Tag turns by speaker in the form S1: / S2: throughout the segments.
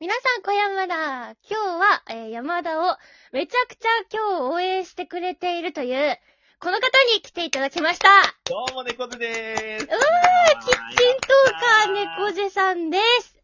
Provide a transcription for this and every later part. S1: 皆さん、小山だ。今日は、えー山田をめちゃくちゃ今日応援してくれているという、この方に来ていただきました。
S2: どうも、猫背でーす。
S1: キッチントー
S2: うー
S1: カー猫背さんです。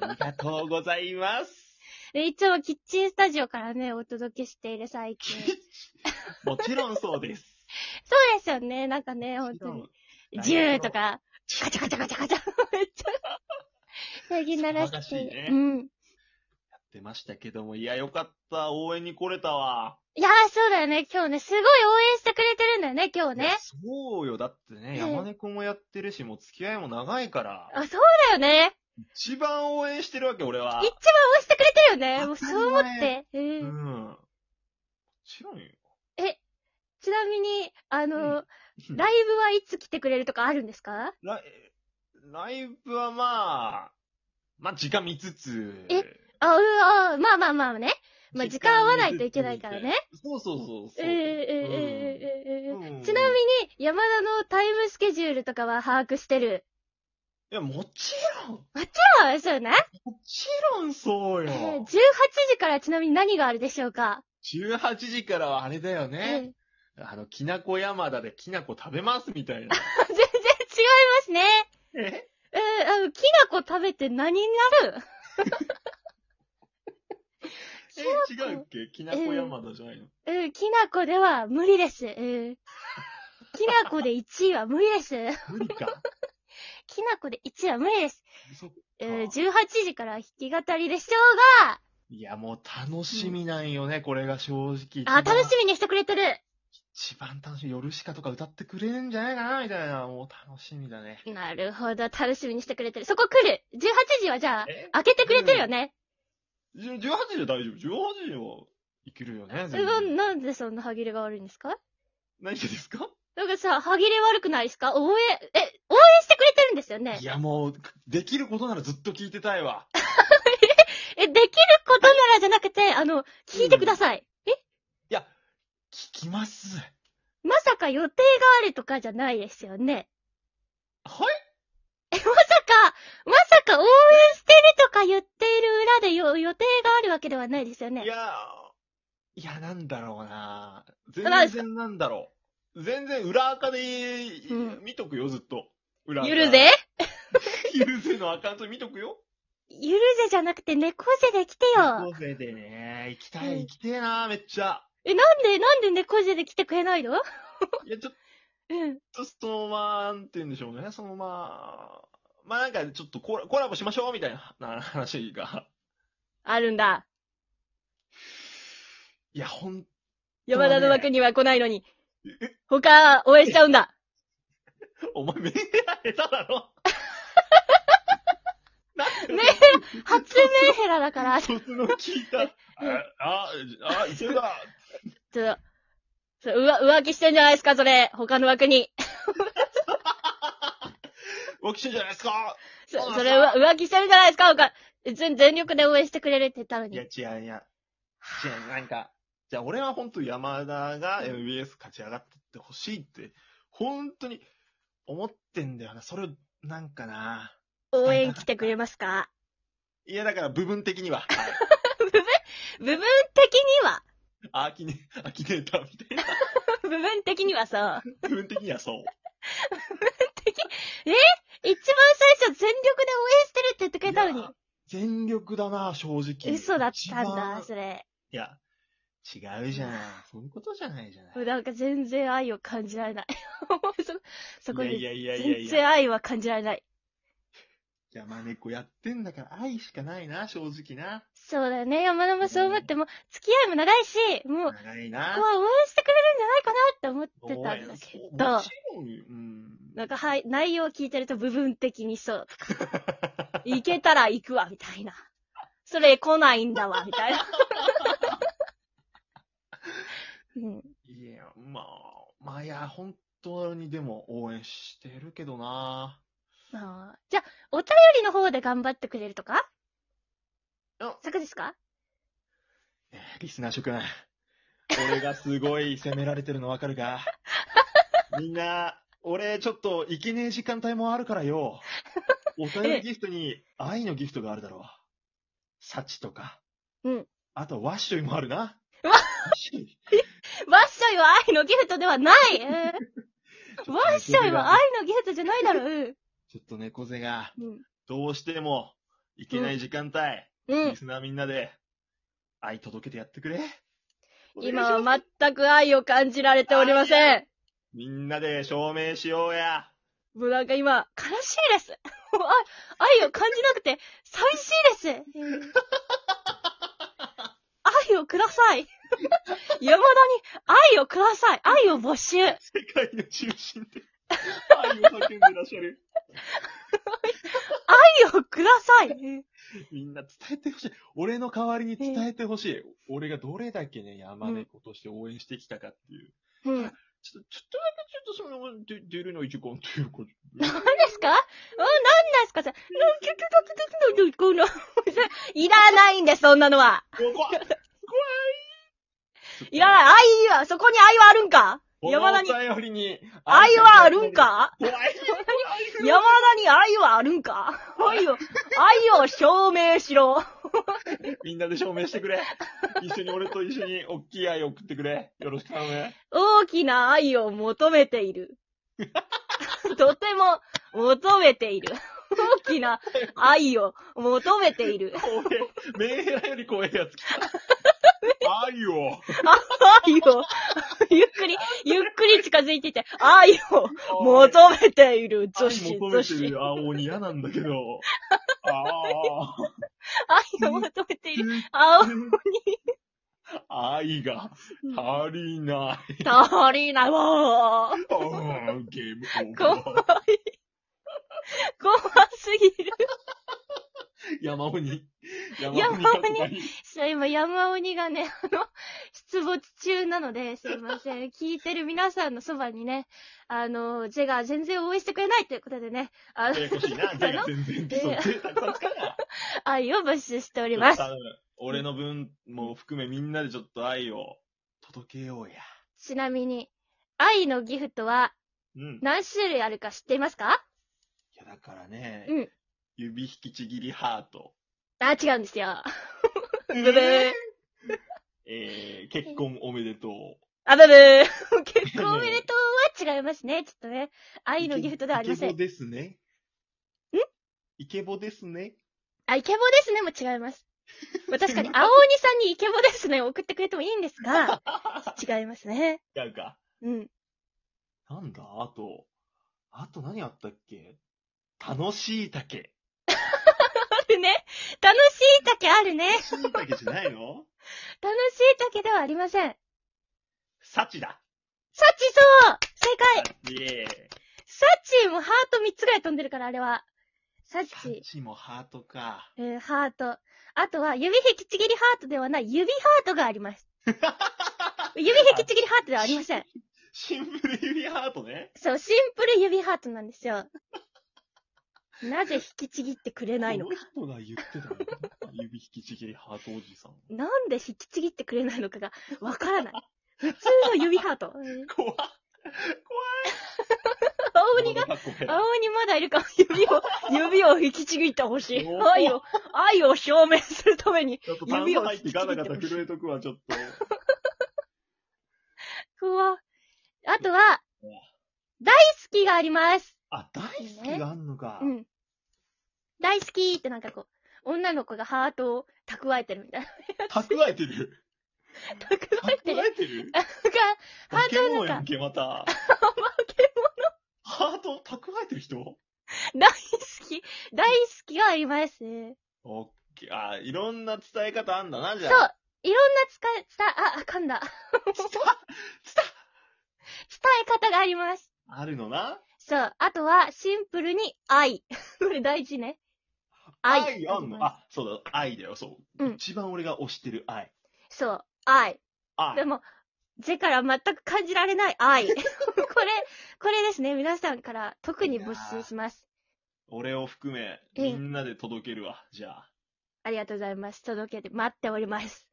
S2: ありがとうございます。
S1: でいつもキッチンスタジオからね、お届けしている最近。そう
S2: もちろんそうです。
S1: ですよね。なんかね、本当に。
S2: もちろん
S1: 銃とか、カチャカチャカチャカチャ。めっちゃ。最近鳴らして。
S2: 騒がしいね
S1: うん。
S2: 出ましたけども、いや、よかった。応援に来れたわ。
S1: いやー、そうだよね。今日ね、すごい応援してくれてるんだよね、今日
S2: い
S1: ね
S2: や。そうよ。だってね、
S1: うん
S2: 山猫もやってるし、もう付き合いも長いから。
S1: あ、そうだよね。
S2: 一番応援してるわけ、俺は
S1: 一。番応援してくれてるよね。もうそう思って。え
S2: う
S1: ー
S2: ん。もちろんよ。
S1: ちなみに、あの、
S2: うん
S1: ライブはいつ来てくれるとかあるんですか
S2: ライライブはまあ、まあ時間見つつ。
S1: えあ、うん、あ、まあまあまあね。まあ時間合わないといけないからね。
S2: そうそうそうそう。
S1: えー、えー、えー、えー、えー
S2: うん
S1: ちなみに、山田のタイムスケジュールとかは把握してる。
S2: いや、もちろん。
S1: あそうね。
S2: もちろんそう
S1: え
S2: よ。
S1: ー、18時からちなみに何があるでしょうか
S2: 18時からはあれだよ
S1: え
S2: ね。
S1: ー
S2: あの、きなこ山田できなこ食べますみたいな。
S1: 全然違いますね。
S2: え
S1: えー、あの、きな粉食べて何になる
S2: え違うっけきなこ山田じゃないの、
S1: えー、きな粉では無理です。えー、きな粉で1位は無理 です。
S2: 無理か。
S1: きな粉で1位は無理です。
S2: そっか
S1: えー、18時から弾き語りでしょ
S2: いや、もう楽しみなんよね、これが正直
S1: う。が、あ、楽し
S2: み
S1: みにしてくれてる。
S2: 一番楽しみ。夜しかとか歌ってくれるんじゃないかなみたいな。もう楽しみだね。
S1: なるほど、楽しみにしてくれてる。そこ来る !18 時はじゃあ
S2: え、
S1: 開けてくれてるよね。
S2: じゅ18時は大丈夫。18時はいけるよね。
S1: う
S2: 全然
S1: ん、なんでそんな歯切れが悪いんですか
S2: 何がですか
S1: なんかさ、歯切れ悪くないですか応援、え、応援してくれてるんですよね
S2: い。や、もう、できることならずっと聞いてたいわ。
S1: え、できることならじゃなくて、あの、聞いてください。
S2: 聞きます。
S1: まさか予定があるとかじゃないですよね。
S2: はい
S1: え、まさか、まさか応援してるとか言っている裏でよ予定があるわけではないですよね。
S2: いやー、いや、なんだろうな全
S1: なんです
S2: 然なんだろう。全然裏垢で、
S1: うん
S2: 見とくよ、ずっと。裏垢
S1: ゆ るぜ
S2: ゆるぜのアカウント見とくよ。
S1: ゆるぜじゃなくて猫背で来てよ。
S2: 猫背でね、行きた
S1: うん
S2: い、行きてえなめっちゃ。
S1: え、なんで、なんで猫背で来てくれないの
S2: いや、ちょっ
S1: うん。
S2: と、そのまま、なんて言うんでしょうね、そのまま、まあなんか、ちょっとコラコラボしましょう、みたいなな話が。
S1: あるんだ。
S2: いや、ほん、
S1: 山田の枠には来ないのに
S2: え。
S1: 他、応援しちゃうんだ。
S2: お前、目が下手 だろ。なんで
S1: ね初メンヘラだから、ち
S2: 卒の聞いた。あ、あ、あ、いける だ。
S1: ょっと、そううわ、浮気してんじゃないですか、それ。他の枠に。
S2: 浮気してんじゃないですか
S1: そ
S2: そう
S1: それは浮気してるじゃないですか、他。全全力で応援してくれるって言ったの
S2: いや、
S1: に。
S2: 違う、いや、違う、なんか、じゃあ俺は本当山田が MBS 勝ち上がってってほしいって、本当に思ってんだよな。それを、なんかな。
S1: 応援来てくれますか
S2: いや、だから部分的に は、はい、
S1: 部分的には、
S2: アーキネ、アキネーターみたいな。
S1: 部分的にはさ、
S2: 部分的にはそう。
S1: 一番最初全力で応援してるって言ってくれたの
S2: い
S1: に
S2: や。全力だな、正直。
S1: 嘘だったん
S2: 一
S1: だ、
S2: 番
S1: それ。
S2: いや、違うじゃない。そういうことじゃないじゃない。
S1: なんか全然愛を感じられない。 そそこ
S2: い
S1: に、
S2: やいやいやいやい
S1: 全
S2: や。
S1: 然愛は感じられない。
S2: 山猫やってんだから愛しかないな、正直な。
S1: そうだよね、山田もそう思っても、付き合いも長いし、もう、こ
S2: 長い
S1: こ
S2: な。
S1: は応援してくれるんじゃないかなって思ってたんだけ
S2: お
S1: ど
S2: い、そうもちろんよ、うん。
S1: なんか、はい、内容を聞いてると部分的に そうとか、行けたら行くわ、みたいな。それ来ないんだわ、みたいな。 うん、
S2: いや、まあ、まあいや、本当にでも応援してるけどな。
S1: まあじゃあ、お便りの方で頑張ってくれるとか
S2: あ
S1: そこですか
S2: ねえリスナー諸君、俺がすごい責められてるのわか るかみんな、俺ちょっといけねえ時間帯もあるからよ。お便りギフトに愛のギフトがあるだろう。サチとか。
S1: うん。
S2: あと、ワッショイもあるな。
S1: わ
S2: ワッショイ
S1: ワッショイは愛のギフトでは ないうんワッショイは愛のギフトじゃないだろう
S2: ちょっと猫背が、
S1: うん。
S2: どうしても、いけない時間帯、
S1: うん
S2: リ。スナーみんなで、愛届けてやってくれ。
S1: 今
S2: お願いしま
S1: は
S2: す
S1: 全く愛を感じられておりません。
S2: みんなで証明しようや。
S1: もうなんか今、悲しいです。 もう愛愛を感じなくて、寂しいです。うん愛をくださ い。山田に愛をください。愛を募集。
S2: 世界の 中心で、愛を叫んでらっしゃる。
S1: 愛をください。うん
S2: みんな伝えてほしい。俺の代わりに伝えてほしい。俺がどれだけね、山猫として応援してきたかっていう。
S1: うん。何で
S2: ちょっと、ちょっとだけ、ちょっとその、で出るの一言と いうか、
S1: すかうん、何ですかさ。キュキュキュキュキュキュキュキュキュ いらないんです、そんなのは。
S2: 怖い怖い
S1: いらない。愛は、そこに愛はあるんか山田に
S2: このお便りに。
S1: 愛はあるんか
S2: 怖い怖い
S1: 山田に愛はあるんか愛を、愛を証明しろ。
S2: みんなで証明してくれ。一緒に俺と一緒に大きい愛を送ってくれ。よろしく頼むね。
S1: 大きな愛を求めてい る。とても求めている。大きな愛を求めている。
S2: 怖え。メンヘラより怖いやつ来た。愛を。
S1: 愛を、 ゆっくり、ゆっくり近づいていって、愛を求めている女子、
S2: 求
S1: 女
S2: めて
S1: 子。
S2: る。あ、もう嫌なんだけど。あ
S1: 愛を求めている。青に
S2: あ、愛が足りない。
S1: 足りないわー。
S2: あーゲームオーバー。
S1: 怖すぎる。
S2: 山鬼。
S1: 山鬼
S2: 山鬼。
S1: そう、今山鬼がね、あの、出没中なので、すいません。聞いてる皆さんのそばにね、あの、ジェが全然応援してくれないということでね、あの
S2: や、やこしいな。ゲーム全然。そう、手たくさん使うな。
S1: 愛を募集しております
S2: ちょっ。と頼む俺の分も含めみんなでちょっと愛を届けようや。
S1: ちなみに、愛のギフトは
S2: うん。い
S1: 何種類あるか知っていますか
S2: や、だからね、
S1: うん
S2: 指引きちぎりハート。
S1: あ、違うんですよ。ブブー
S2: え。ー、結婚おめでとう。
S1: あ、ブブー。結婚おめでとうは違いますね。ちょっとね、愛のギフトではありませ
S2: イ
S1: ん
S2: ケボ。ですね。んイケボで すね。
S1: あ、イケボですねも違います。まあ確かに、青鬼さんにイケボですねを送ってくれてもいいんです が、違いますね。
S2: 違うか。
S1: うん。
S2: なんだあと、あと何あったっけ楽しい竹。
S1: あるね。楽しい竹あるね。
S2: 楽しい竹じゃな いの
S1: 楽しい竹ではありません。
S2: サチだ。
S1: サチそう正解
S2: イエーイ。
S1: サチもハート3つぐらい飛んでるから、あれは。サ
S2: サ
S1: チ、
S2: チもハートか。
S1: えーハート。あとは、指引きちぎりハートではない、指ハートがあります。 指引きちぎりハートではありません。
S2: シンプル指ハートね。
S1: そう、シンプル指ハートなんですよ。 なぜ引きちぎってくれないの
S2: こ
S1: か。
S2: の人が言ってたの指引きちぎりハートおじさん。
S1: なんで引きちぎってくれないのかがわからない。普通の指ハート。うん
S2: 怖っ
S1: 青
S2: 怖い。
S1: 鬼が、
S2: かっこええ
S1: 青鬼まだいるか指 を、指を引きちぎってほしい。愛を、愛を表明するために。
S2: ちょっと単語入ってガタガタ震えとくわ、ちょっと。
S1: ふわ。あとは、大好きがあります。
S2: あ、大好きがあんのか。
S1: うん。大好きってなんかこう、女の子がハートを蓄えてるみたいな。
S2: 蓄えてる。
S1: 蓄
S2: 蓄
S1: えてる
S2: えてる
S1: が、ハート
S2: 化け
S1: の
S2: 物や
S1: 中
S2: ん、け、また。ハート蓄えてる人
S1: 大好き、大好きがありますね。
S2: おっけ、あ、いろんな伝え方あんだな、じ
S1: そ
S2: ゃ
S1: う
S2: あ。
S1: いろんな使え、伝え、あ、噛んだ。
S2: そう。
S1: 伝え方があります。
S2: あるのな
S1: そう。あとは、シンプルに愛。 これ大事ね。愛。
S2: あんのあ、そうだ、愛だよ、そう。
S1: うん
S2: 一番俺が推してる愛。
S1: そう。愛。で
S2: 愛。
S1: も、ジェから全く感じられない 愛。これ、これですね。皆さんから特に募集します。
S2: 俺を含め、
S1: ええ
S2: みんなで届けるわ、じゃあ。
S1: ありがとうございます。届けて待っております。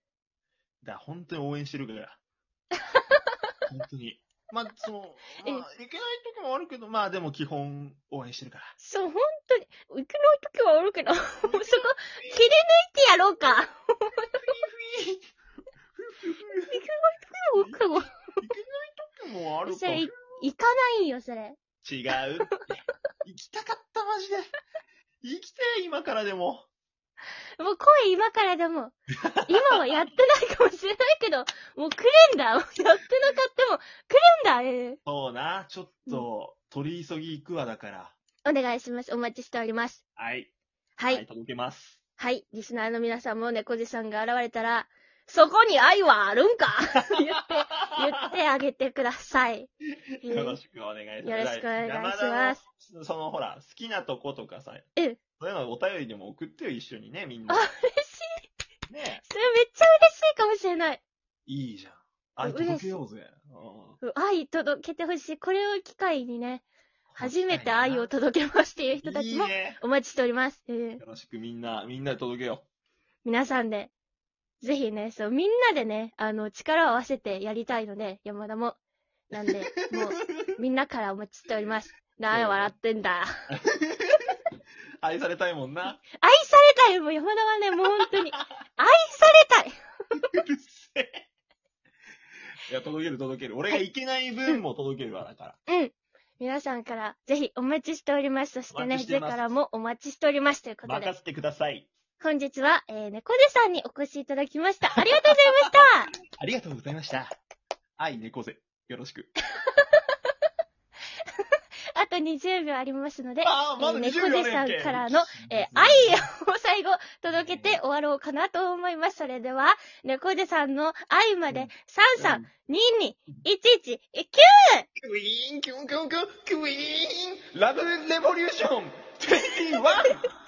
S2: だから本当に応援して るから。本当に。まあ、その、
S1: ええ
S2: まあ、いけない時もあるけど、まあでも基本応援してるから。
S1: そう、本当に、行くの時はおるけど、そこ、切れないってやろうか。行くかも。
S2: もうある
S1: そ
S2: と。
S1: れ、
S2: 違。
S1: いう行かないよ、それ。
S2: 行きたかった、マジで。行きてえ、今からでも。
S1: もう恋今からでも、今はやってないかもしれないけど、もう来るんだ。もうやってなかったも、来るんだ。え
S2: そうな、ちょっと、取り急ぎ行くわだから。
S1: ーお願いします。お待ちしております。
S2: はい。
S1: はい。はい、
S2: 届けます。
S1: リスナーの皆さんも猫じさんが現れたら、そこに愛はある んか言って、言ってあげてください。えー
S2: よろしくお願いします。
S1: よろしくお願いします
S2: 山田の。そのほら、好きなとことかさ、
S1: うん
S2: そういうのお便りでも送ってよ、一緒にね、みんな。
S1: あ、嬉しい。
S2: ね
S1: それめっちゃ嬉しいかもしれない。
S2: いいじゃん。愛届けようぜ。うん
S1: うん愛届けてほしい。これを機会にね、初めて愛を届けますっていう人た
S2: い
S1: ち
S2: い
S1: も
S2: ね。
S1: お待ちしております。えー
S2: よろしくみんな、みんなで届けよ
S1: 皆さんで、ぜひね、そう、みんなでね、あの、力を合わせてやりたいので、山田も。なん で、
S2: う。
S1: もう、みんなからお待ちしており ます。なあ、笑ってんだ。
S2: 愛されたいも んな。
S1: 愛されたいもう山田はね、もう本 当に、愛されたいう
S2: るせえ。いや、届ける届ける。俺がいけない分も届けるわ、だから。
S1: うん。皆さんから、ぜひお待ちしております。そして
S2: お
S1: ね、
S2: 待ちして
S1: ぜ
S2: ます
S1: からもお待ちしております。という ことで
S2: 任、せてください。
S1: 本日は、えー、猫背さんにお越しいただきま した。ありがとうございました。
S2: ありがとうございました。愛猫背。よろしく。
S1: あと20秒ありますので、
S2: あーまだ
S1: えー
S2: 20秒
S1: 猫背さん
S2: ね
S1: からの、えー愛を最後届けて終わろうかなと思います。それでは、猫背さんの愛ま
S2: う
S1: で
S2: ん、
S1: 3さん、2に、1、1、9!
S2: クイーン、キュンキュンキュン、クイーン、ラブレボリューション、21!